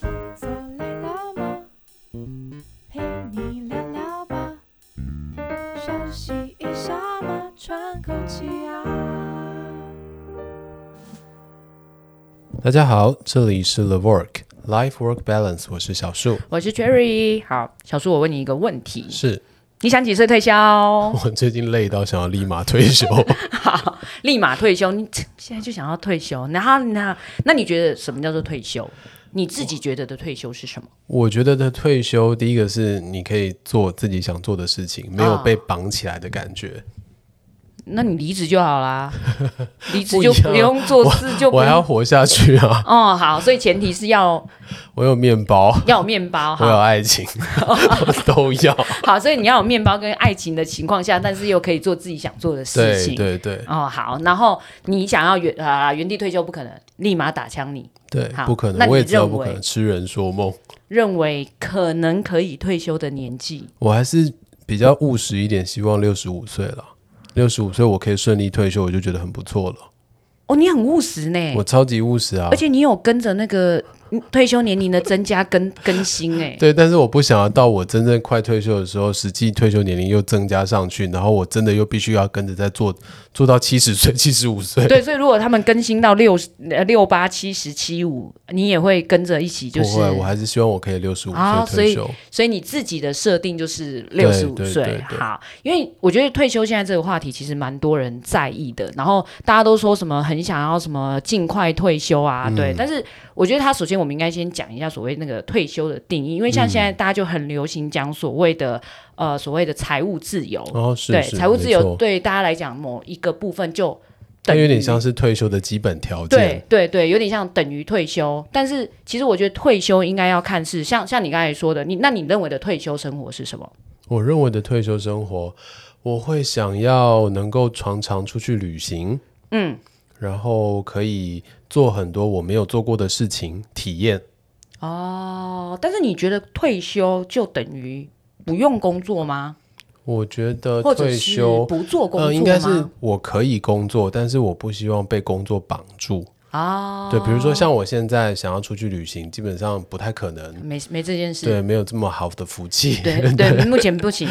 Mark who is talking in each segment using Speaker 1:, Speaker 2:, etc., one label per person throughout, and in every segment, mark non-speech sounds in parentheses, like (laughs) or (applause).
Speaker 1: 坐累了吗？陪你聊聊吧，休息一下嘛，喘口气啊。
Speaker 2: 大家好，这里是 The Work Life Work Balance，我是小树。
Speaker 3: 我是 Cherry。好，小叔，我问你一个问题：
Speaker 2: 是
Speaker 3: 你想几
Speaker 2: (laughs)
Speaker 3: 岁退休？
Speaker 2: 我最近累到想要立马退
Speaker 3: (laughs)
Speaker 2: 休，
Speaker 3: 好，立马退休。你现在就想要退休，然后那那你觉得什么叫做退休？你自己觉得的退休是什么？
Speaker 2: 我觉得的退休，第一个是你可以做自己想做的事情，没有被绑起来的感觉。
Speaker 3: 那你离职就
Speaker 2: (laughs)
Speaker 3: 好啦，离职
Speaker 2: 不
Speaker 3: 就
Speaker 2: 一样
Speaker 3: 不用做事，就不
Speaker 2: 我还要
Speaker 3: 用。
Speaker 2: 活下去
Speaker 3: (laughs)
Speaker 2: 啊！
Speaker 3: 哦，好，所以前提是要
Speaker 2: 我有面包，
Speaker 3: 要有面包，
Speaker 2: 我有
Speaker 3: 好
Speaker 2: 爱
Speaker 3: (laughs)
Speaker 2: 情，我都要。
Speaker 3: 好，所以你要有面包跟爱情的情况下，但是又可以做自己想做的事
Speaker 2: 对
Speaker 3: 情。
Speaker 2: 对对
Speaker 3: 哦，好，然后你想要原啊、原地退休不可能，立马打枪你。
Speaker 2: 对，
Speaker 3: 好
Speaker 2: 不可
Speaker 3: 那
Speaker 2: 能，
Speaker 3: 你
Speaker 2: 我也知道
Speaker 3: 认
Speaker 2: 不可能，
Speaker 3: 为
Speaker 2: 痴人说梦。
Speaker 3: 认为可能可以退休的年纪，
Speaker 2: 我还是比较务实一点，希望六十五岁了。六十五岁我可以顺利退休，我就觉得很不错了。
Speaker 3: 哦，你很务实呢，
Speaker 2: 我超级务实啊！
Speaker 3: 而且你有跟着那个嗯退休年龄的增加跟更新哎，
Speaker 2: 对，但是我不想要到我真正快退休的时候，实际退休年龄又增加上去，然后我真的又必须要跟着再做做到七十岁、七十五岁。
Speaker 3: 对，所以如果他们更新到六呃六八七十七五，你也会跟着一起，就
Speaker 2: 不
Speaker 3: 是
Speaker 2: 会，我还是希望我可以六十五岁
Speaker 3: 啊所
Speaker 2: 退
Speaker 3: 以
Speaker 2: 休。
Speaker 3: 所以你自己的设定就是六十五
Speaker 2: 对对
Speaker 3: 岁，
Speaker 2: 对
Speaker 3: 好，因为我觉得退休现在这个话题其实蛮多人在意的，然后大家都说什么很想要什么尽快退休啊，
Speaker 2: 嗯
Speaker 3: 对，但是我觉得他首先我们应该先讲一下所谓那个退休的定义，因为像现在大家就
Speaker 2: 嗯
Speaker 3: 很流行讲所谓的、呃所谓的财务自由，
Speaker 2: 哦，是
Speaker 3: 对，
Speaker 2: 是
Speaker 3: 财务自
Speaker 2: 没
Speaker 3: 由
Speaker 2: 错
Speaker 3: 对大家来讲某一个部分就
Speaker 2: 它
Speaker 3: 等于
Speaker 2: 有点像是退休的基本条件
Speaker 3: 对。对对，有点像等于退休，但是其实我觉得退休应该要看是像像你刚才说的，你那你认为的退休生活是什么？
Speaker 2: 我认为的退休生活，我会想要能够常常出去旅行，
Speaker 3: 嗯，
Speaker 2: 然后可以做很多我没有做过的事情，体验。
Speaker 3: 哦，但是你觉得退休就等于不用工作吗？
Speaker 2: 我觉得
Speaker 3: 或者
Speaker 2: 呃退
Speaker 3: 是
Speaker 2: 休
Speaker 3: 不做工作吗？
Speaker 2: 呃，应该是我可以工作，但是我不希望被工作绑住。
Speaker 3: 啊，
Speaker 2: 对，比如说像我现在想要出去旅行，基本上不太可能。
Speaker 3: 没没这件事。
Speaker 2: 对，没有这么好的福气。 (laughs)
Speaker 3: 对对，目前不行。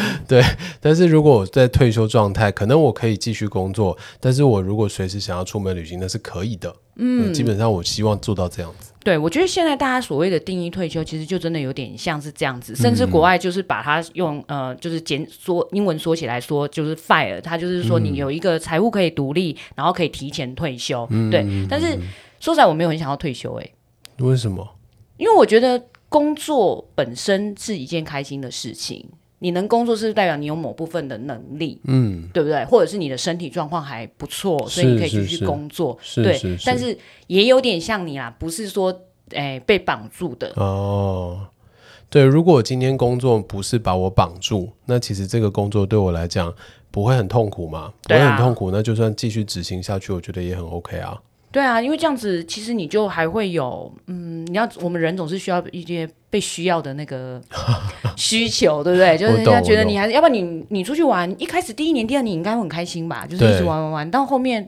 Speaker 2: 但是如果我在退休状态，可能我可以继续工作，但是我如果随时想要出门旅行，那是可以的。嗯，基本上我希望做到这样子。
Speaker 3: 对，我觉得现在大家所谓的定义退休，其实就真的有点像是这样子，甚
Speaker 2: 嗯
Speaker 3: 至国外就是把它用、呃，就是简缩英文缩起来说，就是 fire，它就是说
Speaker 2: 嗯
Speaker 3: 你有一个财务可以独立，然后可以提前退休。
Speaker 2: 嗯
Speaker 3: 对，但是说实在，我没有很想要退休诶、欸
Speaker 2: 为什么？
Speaker 3: 因为我觉得工作本身是一件开心的事情。你能工作是代表你有某部分的能力，嗯，对不对？或者是你的身体状况还不错，所以你可以
Speaker 2: 是
Speaker 3: 继
Speaker 2: 是
Speaker 3: 续工作。
Speaker 2: 是
Speaker 3: 对，
Speaker 2: 是
Speaker 3: 但是也有点像你啦，不是说诶、被绑住的。
Speaker 2: 哦，对，如果今天工作不是把我绑住，那其实这个工作对我来讲不会很痛苦嘛？不
Speaker 3: 对
Speaker 2: 会
Speaker 3: 啊
Speaker 2: 很痛苦，那就算继续执行下去，我觉得也很 OK 啊。
Speaker 3: 对啊，因为这样子，其实你就还会有，嗯，你要我们人总是需要一些被需要的
Speaker 2: (laughs)
Speaker 3: 那个需求，对不对？就是
Speaker 2: 我
Speaker 3: 人
Speaker 2: 懂
Speaker 3: 家觉
Speaker 2: 我
Speaker 3: 得
Speaker 2: 懂
Speaker 3: 你还是，要不然你你出去玩，一开始第一年、第二年你应该会很开心吧，就是
Speaker 2: 对
Speaker 3: 一直玩玩玩，到后面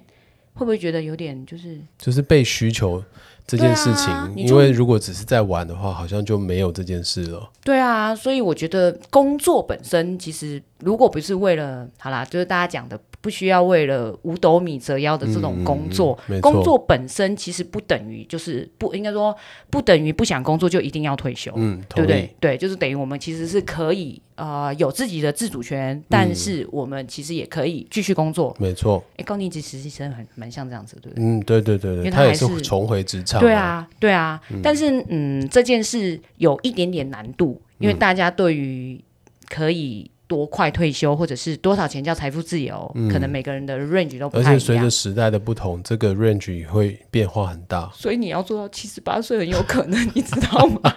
Speaker 3: 会不会觉得有点就是
Speaker 2: 就是被需求这件事情，
Speaker 3: 对啊你
Speaker 2: 因
Speaker 3: 就
Speaker 2: 为如果只是在玩的话，好像就没有这件事了。
Speaker 3: 对啊，所以我觉得工作本身其实如果不是为了好啦，就是大家讲的不需要为了五斗米折腰的这种工作，
Speaker 2: 嗯嗯嗯没错
Speaker 3: 工作本身其实不等于就是不应该说不等于不想工作就一定要退休，
Speaker 2: 嗯，
Speaker 3: 对
Speaker 2: 同
Speaker 3: 不
Speaker 2: 意
Speaker 3: 对？对，就是等于我们其实是可以呃有自己的自主权，但是我们其实也可以继续工作。
Speaker 2: 没错。
Speaker 3: 哎、高年级实习生很蛮像这样子，对不对？
Speaker 2: 嗯，对对对
Speaker 3: 因
Speaker 2: 对，
Speaker 3: 为
Speaker 2: 他
Speaker 3: 他
Speaker 2: 也
Speaker 3: 还
Speaker 2: 是
Speaker 3: 是
Speaker 2: 重回职场、
Speaker 3: 对，啊，对啊，但是嗯，这件事有一点点难度，因为
Speaker 2: 嗯
Speaker 3: 大家对于可以多快退休，或者是多少钱叫财富自由，可能每个人的 range 都
Speaker 2: 嗯
Speaker 3: 不
Speaker 2: 而
Speaker 3: 太
Speaker 2: 且
Speaker 3: 一
Speaker 2: 随着
Speaker 3: 样。
Speaker 2: 时代的不同，这个 range 也会变化很大。
Speaker 3: 所以你要做到七十八岁很有可能， (laughs) 你知道吗？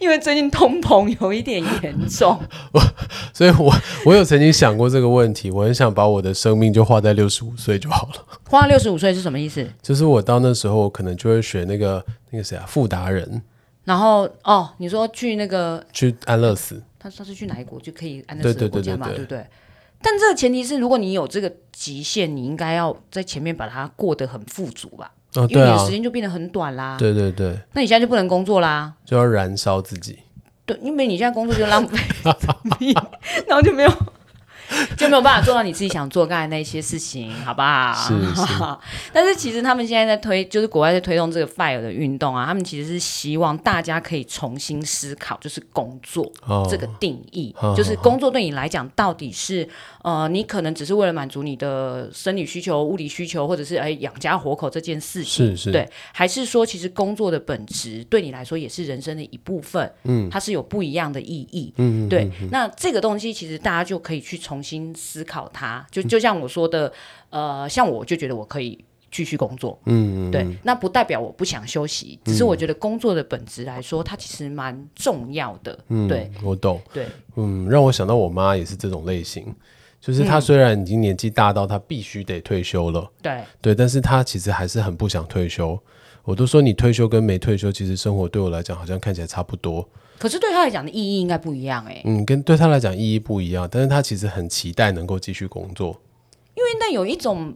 Speaker 3: 因为最近通膨有一点严重。
Speaker 2: 所以我我有曾经想过这个问题，我很想把我的生命就画在六十五岁就好了。 (laughs)
Speaker 3: 花六十五岁是什么意思？
Speaker 2: 就是我到那时候，我可能就会学那个那个谁啊，富达人
Speaker 3: 然后哦，你说去那个
Speaker 2: 去安乐死。
Speaker 3: 他他是去哪一国就可以按那
Speaker 2: 对
Speaker 3: 四个
Speaker 2: 对对
Speaker 3: 国家
Speaker 2: 对
Speaker 3: 嘛，
Speaker 2: 对
Speaker 3: 不对？但这个前提是，如果你有这个极限，你应该要在前面把它过得很富足吧？
Speaker 2: 哦，
Speaker 3: 因为
Speaker 2: 对
Speaker 3: 你的
Speaker 2: 啊
Speaker 3: 时，间就变得很短啦。
Speaker 2: 对对对，
Speaker 3: 那你现在就不能工作啦。
Speaker 2: 就要燃烧自己。
Speaker 3: 对，因为你现在工作就
Speaker 2: (laughs)
Speaker 3: 浪费，然后就没有就没有办法做到你自己想做干的那些事情，好不好？
Speaker 2: 是是
Speaker 3: (laughs) 但是其实他们现在在推，就是国外在推动这个 FIRE 的运动啊，他们其实是希望大家可以重新思考，就是工作。
Speaker 2: 哦，
Speaker 3: 这个定义
Speaker 2: 好，
Speaker 3: 就是工作对你来讲到底是呃，你可能只是为了满足你的生理需求、物理需求，或者是哎养家活口这件事情，
Speaker 2: 是是
Speaker 3: 对，还是说其实工作的本质对你来说也是人生的一部分，嗯，它是有不一样的意义，嗯，对。那这个东西其实大家就可以去重新思考它，就就像我说的，呃，像我就觉得我可以。继续工作，嗯，对，那不代表我不想休息，只是我觉得工作的本质来说，它其实蛮重要的，
Speaker 2: 嗯
Speaker 3: 对，
Speaker 2: 我懂。
Speaker 3: 对，
Speaker 2: 嗯，让我想到我妈也是这种类型，就是
Speaker 3: 嗯
Speaker 2: 她虽然已经年纪大到她必须得退休了，
Speaker 3: 对，
Speaker 2: 对，但是她其实还是很不想退休。我都说你退休跟没退休，其实生活对我来讲好像看起来差不多。
Speaker 3: 可是对他来讲的意义应该不一样哎、欸，
Speaker 2: 嗯，跟对她来讲意义不一样，但是她其实很期待能够继续工作。
Speaker 3: 因为那有一种，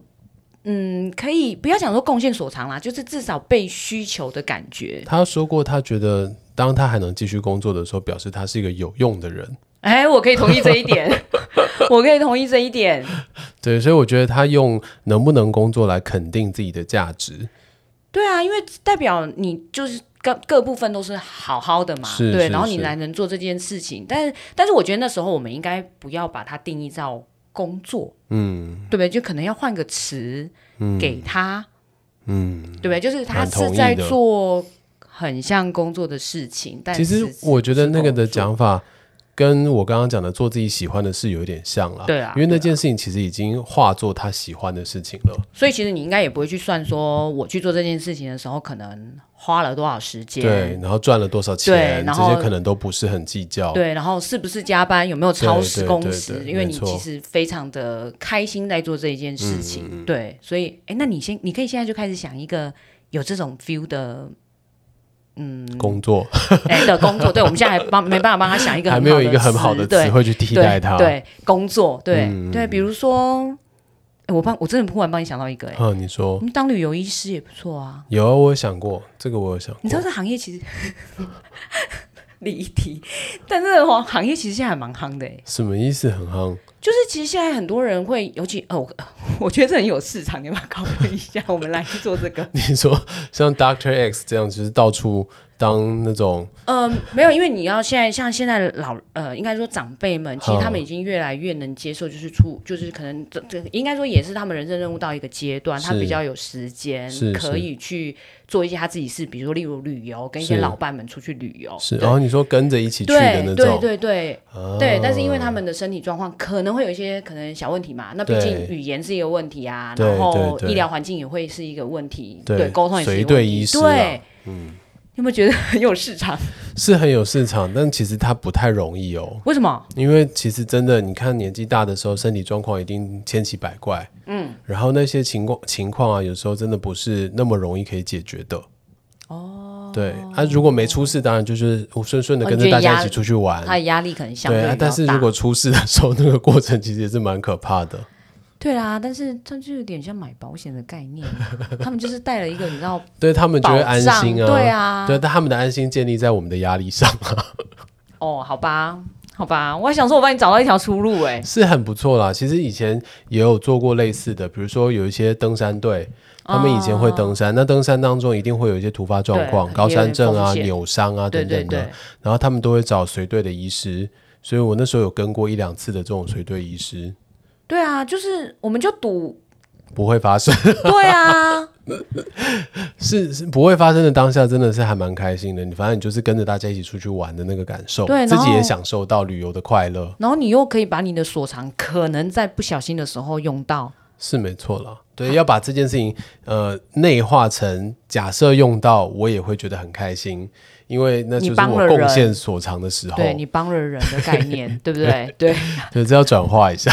Speaker 3: 嗯，可以不要讲说贡献所长啦，就是至少被需求的感觉。
Speaker 2: 她说过，她觉得当她还能继续工作的时候，表示她是一个有用的人。
Speaker 3: 哎，我可以同意这一
Speaker 2: (laughs)
Speaker 3: 点，我可以同意这一点。
Speaker 2: 对，所以我觉得她用能不能工作来肯定自己的价值。
Speaker 3: 对啊，因为代表你就是各各部分都是好好的嘛，
Speaker 2: 是
Speaker 3: 对，
Speaker 2: 是
Speaker 3: 然后你
Speaker 2: 是
Speaker 3: 才能做这件事情。但是，但是我觉得那时候我们应该不要把它定义到工作，嗯，对不对？就可能要换个词
Speaker 2: 嗯
Speaker 3: 给他，嗯，对不对？就是他
Speaker 2: 蛮同
Speaker 3: 是
Speaker 2: 意的
Speaker 3: 在做很像工作的事情，但
Speaker 2: 其实
Speaker 3: 是
Speaker 2: 我觉得那个的
Speaker 3: 是工作
Speaker 2: 讲法，跟我刚刚讲的做自己喜欢的事有一点像啦。
Speaker 3: 对啊
Speaker 2: 因为那件事情其实已经化作他喜欢的事情了。
Speaker 3: 所以其实你应该也不会去算说我去做这件事情的时候可能花了多少时间，
Speaker 2: 对，然后赚了多少钱，
Speaker 3: 对然
Speaker 2: 这
Speaker 3: 后
Speaker 2: 些可能都不是很计较。
Speaker 3: 对，然后是不是加班，有没有超时
Speaker 2: 对对
Speaker 3: 工
Speaker 2: 对
Speaker 3: 时？
Speaker 2: 对
Speaker 3: 因为
Speaker 2: 没
Speaker 3: 你
Speaker 2: 错
Speaker 3: 其实非常的开心在做这一件事情，
Speaker 2: 嗯
Speaker 3: 对，所以哎，那你先，你可以现在就开始想一个有这种 feel 的， (laughs)
Speaker 2: 工作
Speaker 3: 哎的工作。对，我们现在还帮没办法帮他想一
Speaker 2: (laughs)
Speaker 3: 个
Speaker 2: 还
Speaker 3: 很
Speaker 2: 没有一个很好
Speaker 3: 的
Speaker 2: 的
Speaker 3: 词
Speaker 2: 词汇去替
Speaker 3: 对
Speaker 2: 代它。嗯
Speaker 3: 对，对工作，对、对，比如说，哎，我帮我真的突然帮你想到一个，哎，
Speaker 2: 嗯，你说
Speaker 3: 你当旅游医师也不错啊。
Speaker 2: 有啊？我有想过这个，我有想
Speaker 3: 你知道
Speaker 2: 过。
Speaker 3: 这行业其实 (laughs) 离题，但这个行业其实现在还蛮夯的哎、
Speaker 2: 什么意思？很夯？ (laughs)
Speaker 3: 就是其实现在很多人会，尤其哦，我 (laughs) 我觉得这很有市场，你要不要考虑一下？我们来做这 (laughs) 个。
Speaker 2: 你说像 Doctor X 这样，就是到处当那种
Speaker 3: 嗯、没有，因为你要现在像现在老呃，应该说长辈们，其实他们已经越来越能接受，就是出就是可能这这应该说也是他们人生任务到一个阶段，他
Speaker 2: 是
Speaker 3: 比较有时间
Speaker 2: 是
Speaker 3: 可
Speaker 2: 是
Speaker 3: 以去做一些他自己事，比如说例如旅游，跟一些
Speaker 2: 是
Speaker 3: 老伴们出去旅游。
Speaker 2: 是，
Speaker 3: 对
Speaker 2: 然后你说跟着一起去的
Speaker 3: 对
Speaker 2: 那
Speaker 3: 对
Speaker 2: 种，
Speaker 3: 对对，
Speaker 2: 啊
Speaker 3: 对，但是因为他们的身体状况可能会有一些可能小问题嘛，那毕竟
Speaker 2: 对
Speaker 3: 语言是一个问题啊，
Speaker 2: 对
Speaker 3: 然后
Speaker 2: 对对
Speaker 3: 医疗环境也会是一个问题，
Speaker 2: 对
Speaker 3: 对，沟通也是一个
Speaker 2: 随队
Speaker 3: 问题
Speaker 2: 医师啊
Speaker 3: 对，你有没有觉得很有市场？ (laughs)
Speaker 2: 是很有市场，但其实它不太容易哦。
Speaker 3: 为什么？
Speaker 2: 因为其实真的，你看年纪大的时候，身体状况一定千奇百怪，嗯，然后那些情况情况啊，有时候真的不是那么容易可以解决的。哦，对，啊，如果没出事，当然就是顺顺的跟着大家一起出去玩，
Speaker 3: 他的压力可能相
Speaker 2: 嗯
Speaker 3: 对
Speaker 2: 对、
Speaker 3: 比较
Speaker 2: 啊。
Speaker 3: 大。
Speaker 2: 但是如果出事的时候，那个过程其实也是蛮可怕的。
Speaker 3: 对啦，但是这就有点像买保险的
Speaker 2: (laughs)
Speaker 3: 概念啊，他们就是带了一个你知道
Speaker 2: 对他们就
Speaker 3: 保
Speaker 2: 会
Speaker 3: 障
Speaker 2: 安，心啊，
Speaker 3: 对啊，
Speaker 2: 对，但他们的安心建立在我们的压力上啊， (laughs)
Speaker 3: 哦，好吧，好吧，我还想说我帮你找到一条出路哎，
Speaker 2: 是很不错啦。其实以前也有做过类似的，比如说有一些登山队，
Speaker 3: 哦
Speaker 2: 他们以
Speaker 3: 啊
Speaker 2: 前会登山，那登山当中一定会有一些突发状况，
Speaker 3: 对
Speaker 2: 高山症啊、
Speaker 3: 也有风险
Speaker 2: 扭伤啊
Speaker 3: 对
Speaker 2: 等
Speaker 3: 对
Speaker 2: 等的
Speaker 3: 对，，
Speaker 2: 然后他们都会找随队的医师，所以我那时候有跟过一两次的这种随队医师，
Speaker 3: 对啊，就是我们就赌，
Speaker 2: 不会发生，
Speaker 3: 对啊。
Speaker 2: 是是不会发生的当下真的是还蛮开心的，你反正你就是跟着大家一起出去玩的那个感受，
Speaker 3: 对
Speaker 2: 自己
Speaker 3: 然后
Speaker 2: 也享受到旅游的快乐，
Speaker 3: 然后你又可以把你的所长，可能在不小心的时候用到。
Speaker 2: 是没错啦。对，要把这件事情呃内化成假设用到，我也会觉得很开心，因为那就
Speaker 3: 你
Speaker 2: 是
Speaker 3: 帮
Speaker 2: 我
Speaker 3: 了
Speaker 2: 贡
Speaker 3: 人
Speaker 2: 献所长的时候，
Speaker 3: 对你帮了人的概
Speaker 2: (laughs)
Speaker 3: 念，对不对？对，
Speaker 2: 对，这要转化一下，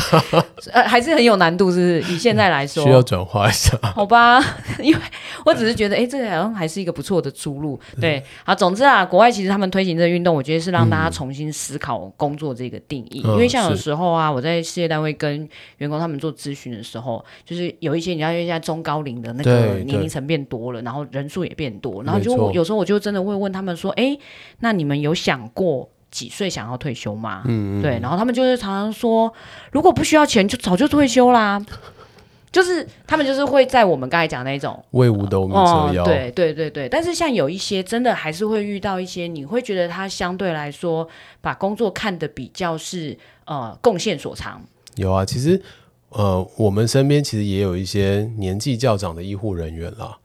Speaker 3: 呃，还是很有难度，是不是？以现在来说，
Speaker 2: 需要转化一下。
Speaker 3: 好吧， (laughs) 因为我只是觉得，哎，这个好像还是一个不错的出路。
Speaker 2: 嗯
Speaker 3: 对，好，总之啊，国外其实他们推行这个运动，我觉得是让大家重新思考工作这个定义。
Speaker 2: 嗯
Speaker 3: 因为像有
Speaker 2: 是
Speaker 3: 时候啊，我在事业单位跟员工他们做咨询的时候，就是有一些些人家因为现在中高龄的那个
Speaker 2: 对
Speaker 3: 年
Speaker 2: 对
Speaker 3: 龄层变多了，然后人数也变多，然后
Speaker 2: 没
Speaker 3: 就
Speaker 2: 错
Speaker 3: 有时候我就真的会问他们说，哎，那你们有想过几岁想要退休吗？嗯对，然后他们就会常常说，如果不需要钱，就早就退休啦。就是他们就是会在我们刚才讲那种
Speaker 2: 为五斗米折腰，
Speaker 3: 哦对对对对，但是像有一些真的还是会遇到一些，你会觉得他相对来说把工作看得比较是呃贡献所长，
Speaker 2: 有啊，其实呃，我们身边其实也有一些年纪较长的医护人员啦。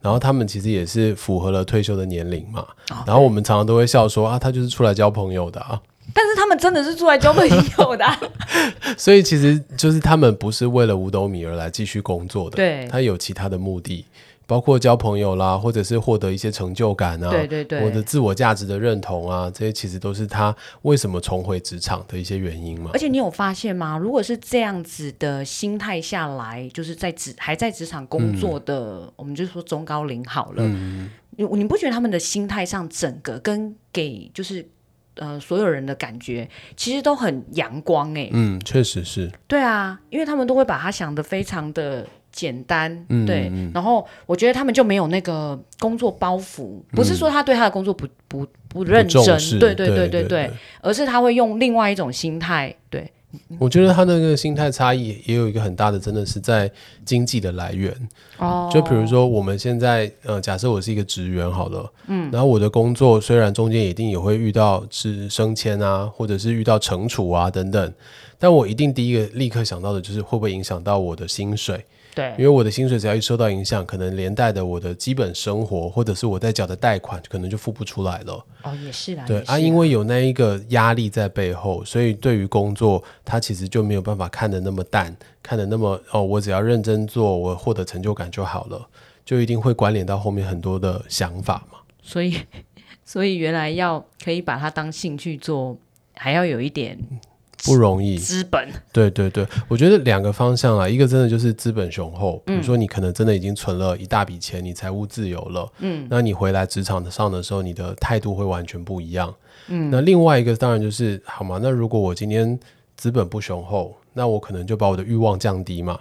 Speaker 2: 然后他们其实也是符合了退休的年龄嘛，
Speaker 3: 哦
Speaker 2: 然后我们常常都会笑说啊，他就是出来交朋友的啊，
Speaker 3: 但是他们真的是出来交朋
Speaker 2: (laughs)
Speaker 3: 友的啊、
Speaker 2: 所以其实就是他们不是为了五斗米而来继续工作的，
Speaker 3: 对
Speaker 2: 他有其他的目的，包括交朋友啦，或者是获得一些成就感啊，
Speaker 3: 对对对
Speaker 2: 我的自我价值的认同啊，这些其实都是他为什么重回职场的一些原因嘛
Speaker 3: 而。且你有发现吗？如果是这样子的心态下来，就是在职还在职场工作的，
Speaker 2: 嗯
Speaker 3: 我们就说中高龄好了，你你不觉得他们的心态上整个跟给就是呃所有人的感觉其实都很阳光哎、
Speaker 2: 嗯，确实是，
Speaker 3: 对啊，因为他们都会把它想的非常的简单，
Speaker 2: 嗯
Speaker 3: 对。然后我觉得他们就没有那个工作包袱，不是说他对他的工作不不不认
Speaker 2: 嗯不
Speaker 3: 真
Speaker 2: 重视，，
Speaker 3: 对
Speaker 2: 对
Speaker 3: 对对
Speaker 2: 对
Speaker 3: 对，而是他会用另外一种心态，对
Speaker 2: 我觉得他那个心态差异也有一个很大的，真的是在经济的来源。
Speaker 3: 哦
Speaker 2: 就比如说我们现在，呃，假设我是一个职员好了，嗯，然后我的工作虽然中间一定也会遇到是升迁啊，或者是遇到惩处啊等等，但我一定第一个立刻想到的就是会不会影响到我的薪水，因
Speaker 3: 对
Speaker 2: 为我的薪水只要一受到影响，可能连带的我的基本生活或者是我在缴的贷款可能就付不出来了。
Speaker 3: 哦也是啦，
Speaker 2: 对
Speaker 3: 也是
Speaker 2: 啊，因
Speaker 3: 啦
Speaker 2: 为有那一个压力在背后，所以对于工作，他其实就没有办法看得那么淡，看得那么哦，我只要认真做，我获得成就感就好了，就一定会关联到后面很多的想法嘛。
Speaker 3: 所以 (laughs) 所以原来要可以把它当兴趣做，还要有一点
Speaker 2: 不容易，
Speaker 3: 资本，
Speaker 2: 对对对，我觉得两个方向啊，一个真的就是资本雄厚，比如说你可能真的已经存了一大笔钱，你财务自由了，嗯，那你回来职场上的时候，你的态度会完全不一样，嗯，那另外一个当然就是，好嘛，那如果我今天资本不雄厚，那我可能就把我的欲望降低嘛，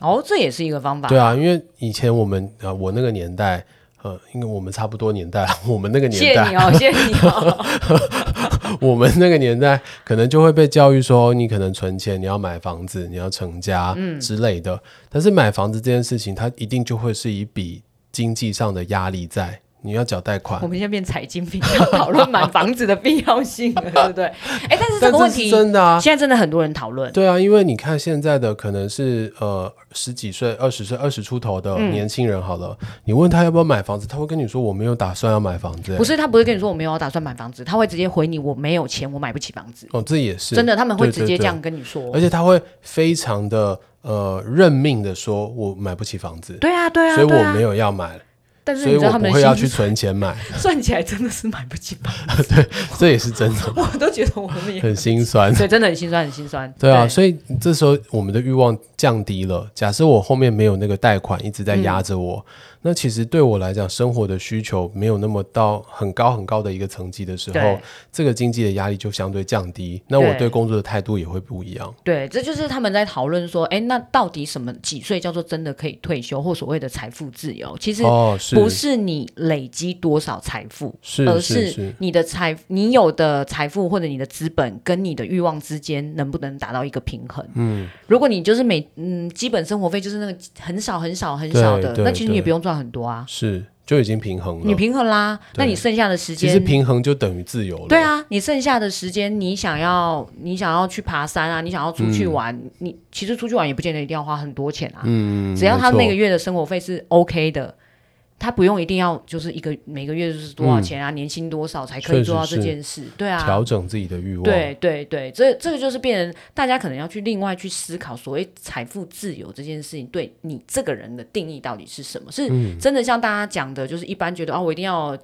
Speaker 3: 哦这也是一个方法，
Speaker 2: 对啊，因为以前我们啊、呃我那个年代。呃，因为我们差不多年代， (laughs) 我们那个
Speaker 3: 谢
Speaker 2: 年
Speaker 3: 谢你
Speaker 2: 代，
Speaker 3: 哦，谢谢你
Speaker 2: (laughs)
Speaker 3: 哦，
Speaker 2: 我们那个年代可能就会被教育说，你可能存钱，你要买房子，你要成家，
Speaker 3: 嗯
Speaker 2: 之类的。但是买房子这件事情，它一定就会是一笔经济上的压力在，你要缴贷款
Speaker 3: 我。们现在变财经频道，讨论买房子的必要性了，对不对？哎，但是这
Speaker 2: 但
Speaker 3: 个问
Speaker 2: 是
Speaker 3: 题
Speaker 2: 真的啊，
Speaker 3: 现在真的很多人讨论，
Speaker 2: 对啊，因为你看现在的可能是呃十几岁、二十岁、二十出头的
Speaker 3: 嗯
Speaker 2: 年轻人好了，你问他要不要买房子，他会跟你说我没有打算要买房子、欸
Speaker 3: 不是他不会跟你说我没有打算买房子，他会直接回你我没有钱，我买不起房子。
Speaker 2: 哦，这也是
Speaker 3: 真的，他们会直接
Speaker 2: 对对对
Speaker 3: 这样跟你说。
Speaker 2: 而且他会非常的呃认命的说，我买不起房子，
Speaker 3: 对啊，对啊，
Speaker 2: 所以
Speaker 3: 对
Speaker 2: 我
Speaker 3: 啊
Speaker 2: 没。有要买，
Speaker 3: 但是
Speaker 2: 所
Speaker 3: 你
Speaker 2: 以
Speaker 3: 知道
Speaker 2: 我
Speaker 3: 他
Speaker 2: 不
Speaker 3: 们
Speaker 2: 会要
Speaker 3: 的
Speaker 2: 去
Speaker 3: 薪
Speaker 2: 存钱买，
Speaker 3: 算起来真的是买不起房，
Speaker 2: 这也是真
Speaker 3: (laughs)
Speaker 2: 的
Speaker 3: 我都觉得我们也
Speaker 2: 很心 (laughs) 酸。
Speaker 3: 对，真的很心酸，很心酸。
Speaker 2: 对啊，所以这时候我们的欲望降低了。假设我后面没有那个贷款一直在压着我，
Speaker 3: 嗯
Speaker 2: 那其实对我来讲，生活的需求没有那么到很高很高的一个层级的时候
Speaker 3: 对，
Speaker 2: 这个经济的压力就相对降低。那我
Speaker 3: 对
Speaker 2: 对工作的态度也会不一样。
Speaker 3: 对，这就是他们在讨论说，哎，那到底什么几岁叫做真的可以退休，或所谓的财富自由？其实
Speaker 2: 哦，是
Speaker 3: 不是你累积多少财富，而
Speaker 2: 是是
Speaker 3: 是
Speaker 2: 是，
Speaker 3: 你的财你有的财富或者你的资本跟你的欲望之间能不能达到一个平衡？嗯，如果你就是每嗯基本生活费就是那个很少很少很少的
Speaker 2: 对，对
Speaker 3: 那其实你也
Speaker 2: 对
Speaker 3: 不用赚很多啊，
Speaker 2: 是就已经平衡了。
Speaker 3: 你平衡啦，那你剩下的时
Speaker 2: 其
Speaker 3: 间
Speaker 2: 实平衡就等于自由了。
Speaker 3: 对，啊，你剩下的时间，你想要你想要去爬山啊，你想要出去玩，你其实出去玩也不见得一定要花很多钱啊。
Speaker 2: 嗯，
Speaker 3: 只要
Speaker 2: 没
Speaker 3: 他
Speaker 2: 错
Speaker 3: 那个月的生活费是 OK 的，他不用一定要就是一个每个月就是多少钱啊，年薪多少才可以
Speaker 2: 嗯确
Speaker 3: 做到
Speaker 2: 实
Speaker 3: 这
Speaker 2: 是
Speaker 3: 件事。对啊，
Speaker 2: 调整自己的欲望，
Speaker 3: 对对对，这这个就是变成大家可能要去另外去思考，所谓财富自由这件事情，对你这个人的定义到底是什么？是
Speaker 2: 嗯
Speaker 3: 真的像大家讲的，就是一般觉得哦，我一定要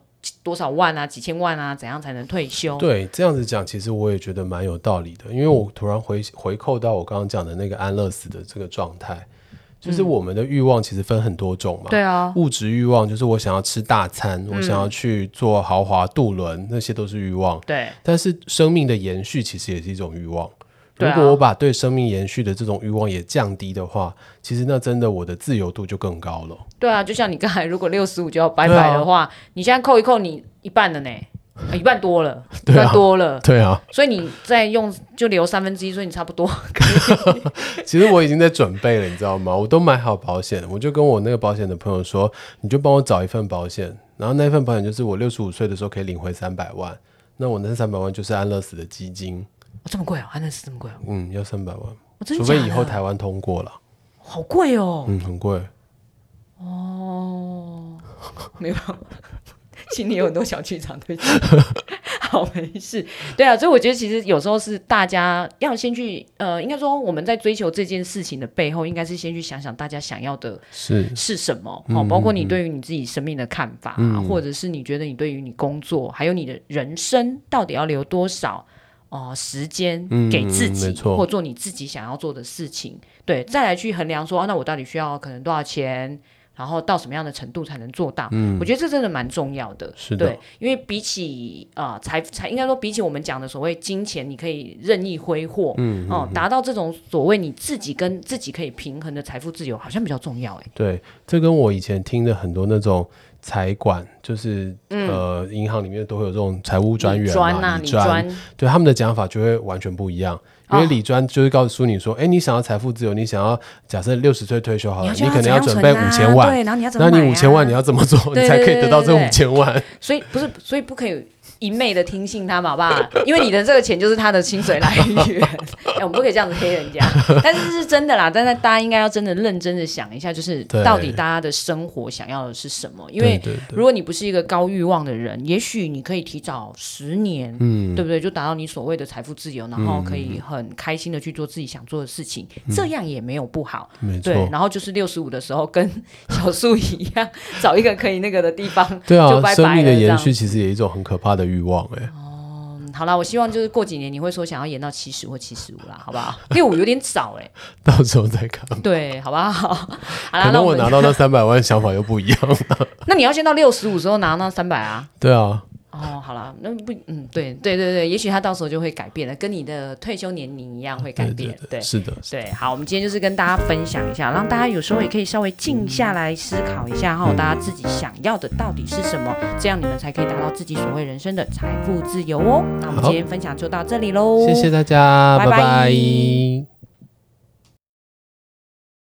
Speaker 3: 多少万啊，几千万啊，怎样才能退休？
Speaker 2: 对，这样子讲，其实我也觉得蛮有道理的，因为我突然回回扣到我刚刚讲的那个安乐死的这个状态，就是我们的欲望其实分很多种嘛。
Speaker 3: 嗯对嗯啊，
Speaker 2: 物质欲望就是我想要吃大餐，我想要去坐豪华渡轮，那些都是欲望。
Speaker 3: 对
Speaker 2: 但是生命的延续其实也是一种欲望。
Speaker 3: 对
Speaker 2: 如
Speaker 3: 啊
Speaker 2: 果我把对生命延续的这种欲望也降低的话，其实那真的我的自由度就更高了。
Speaker 3: 对啊，就像你刚才，如果六十五就要拜
Speaker 2: 对
Speaker 3: 拜
Speaker 2: 啊
Speaker 3: 的话，你现在扣一扣，你一半了呢，啊一半多了，一
Speaker 2: (laughs) 对啊
Speaker 3: 半多了，
Speaker 2: 对啊，
Speaker 3: 所以你再用就留三分之一，所以你差不多。
Speaker 2: 其实我已经在准备了，你知道吗？我都买好保险了，我就跟我那个保险的朋友说，你就帮我找一份保险，然后那份保险就是我六十五岁的时候可以领回三百万，那我那三百万就是安乐死的基金，
Speaker 3: 哦、这么贵哦，安乐死这么贵哦，
Speaker 2: 嗯，要三百万，
Speaker 3: 哦、真
Speaker 2: 除
Speaker 3: 的假
Speaker 2: 非
Speaker 3: 的
Speaker 2: 以后台湾通过了，
Speaker 3: 好贵
Speaker 2: (laughs)
Speaker 3: 哦。
Speaker 2: 嗯，很贵，
Speaker 3: 哦，没有，心里有很多小剧场，对不起。 (laughs) 好，没事。对啊，所以我觉得其实有时候是大家要先去，呃，应该说我们在追求这件事情的背后，应该是先去想想大家想要的
Speaker 2: 是
Speaker 3: 是什么？
Speaker 2: 嗯
Speaker 3: 哦，包括你对于你自己生命的看法，或者是你觉得你对于你工作，还有你的人生到底要留多少哦、呃时间
Speaker 2: 嗯
Speaker 3: 给自
Speaker 2: 没
Speaker 3: 己，
Speaker 2: 错
Speaker 3: 或做你自己想要做的事情，对，再来去衡量说，啊、那我到底需要可能多少钱？然后到什么样的程度才能做到？嗯，我觉得这真的蛮重要的。
Speaker 2: 是的
Speaker 3: 对，因为比起啊财财，应该说比起我们讲的所谓金钱，你可以任意挥霍，嗯，哦，达到这种所谓你自己跟自己可以平衡的财富自由，好像比较重要哎。
Speaker 2: 对，这跟我以前听的很多那种财管，就是、呃，银行里面都会有这种财务专员
Speaker 3: 专
Speaker 2: 嘛，
Speaker 3: 啊，
Speaker 2: 理
Speaker 3: 嗯你
Speaker 2: 专
Speaker 3: 专，
Speaker 2: 对他们的讲法就会完全不一样，因为
Speaker 3: 哦
Speaker 2: 理专就是告诉你说，哎、你想要财富自由，你想要假设六十岁退休好了，
Speaker 3: 要
Speaker 2: 呃你
Speaker 3: 去
Speaker 2: 可能
Speaker 3: 怎
Speaker 2: 要
Speaker 3: 样
Speaker 2: 准
Speaker 3: 存
Speaker 2: 备
Speaker 3: 啊
Speaker 2: 五千万，
Speaker 3: 对，然后你要怎么
Speaker 2: 那
Speaker 3: 买啊？
Speaker 2: 你五千万你要怎么做，
Speaker 3: 对
Speaker 2: 你才可以得到这
Speaker 3: 对对对
Speaker 2: 五千万？
Speaker 3: 所以不是，所以不可以一昧的听信他嘛，好不好？因为你的这个钱就是他的薪水来
Speaker 2: (laughs)
Speaker 3: 源，哎，我们不可以这样子黑人家。但是是真的啦，但是大家应该要真的认真的想一下，就是
Speaker 2: 对
Speaker 3: 到底大家的生活想要的是什么？因
Speaker 2: 对
Speaker 3: 为
Speaker 2: 对对
Speaker 3: 如果你不是一个高欲望的人，也许你可以提早十年，
Speaker 2: 嗯
Speaker 3: 对不对？就达到你所谓的财富自由，然后可以很开心的去做自己想做的事情，
Speaker 2: 嗯
Speaker 3: 这样也没有不好。
Speaker 2: 没
Speaker 3: 对
Speaker 2: 错，，
Speaker 3: 然后就是六十五的时候跟小树一样，找一个可以那个的地方。 (laughs)
Speaker 2: 对啊
Speaker 3: 就，拜
Speaker 2: 生
Speaker 3: 拜
Speaker 2: 命的
Speaker 3: 了这
Speaker 2: 延
Speaker 3: 样
Speaker 2: 续其实也一种很可怕的欲望、诶。哎、 (laughs)
Speaker 3: 嗯，好啦，我希望就是过几年你会说想要延到七十或七十五啦，好不好？ (laughs) 六五有点早哎、
Speaker 2: 到时候再看。
Speaker 3: 对，好不好？好啦
Speaker 2: 可，
Speaker 3: 那
Speaker 2: 能我
Speaker 3: 们
Speaker 2: 拿到那三百万想法又不一样。
Speaker 3: 那你要先到六十五时候拿那三百啊。
Speaker 2: 对啊，
Speaker 3: 哦，好啦，那不，嗯，对对对对，也许他到时候就会改变了，跟你的退休年龄一样会 (laughs) 改
Speaker 2: 对
Speaker 3: 变
Speaker 2: 对，
Speaker 3: 对
Speaker 2: 对，是的，
Speaker 3: 对，好，我们今天就是跟大家分享一下，让大家有时候也可以稍微静下来思考一下
Speaker 2: 嗯
Speaker 3: 哈、大家自己想要的到底是什么，这样你们才可以达到自己所谓人生的财富自由哦。那我们
Speaker 2: 好
Speaker 3: 今天分享就到这里喽，
Speaker 2: 谢谢大家，
Speaker 3: 拜拜
Speaker 2: 拜拜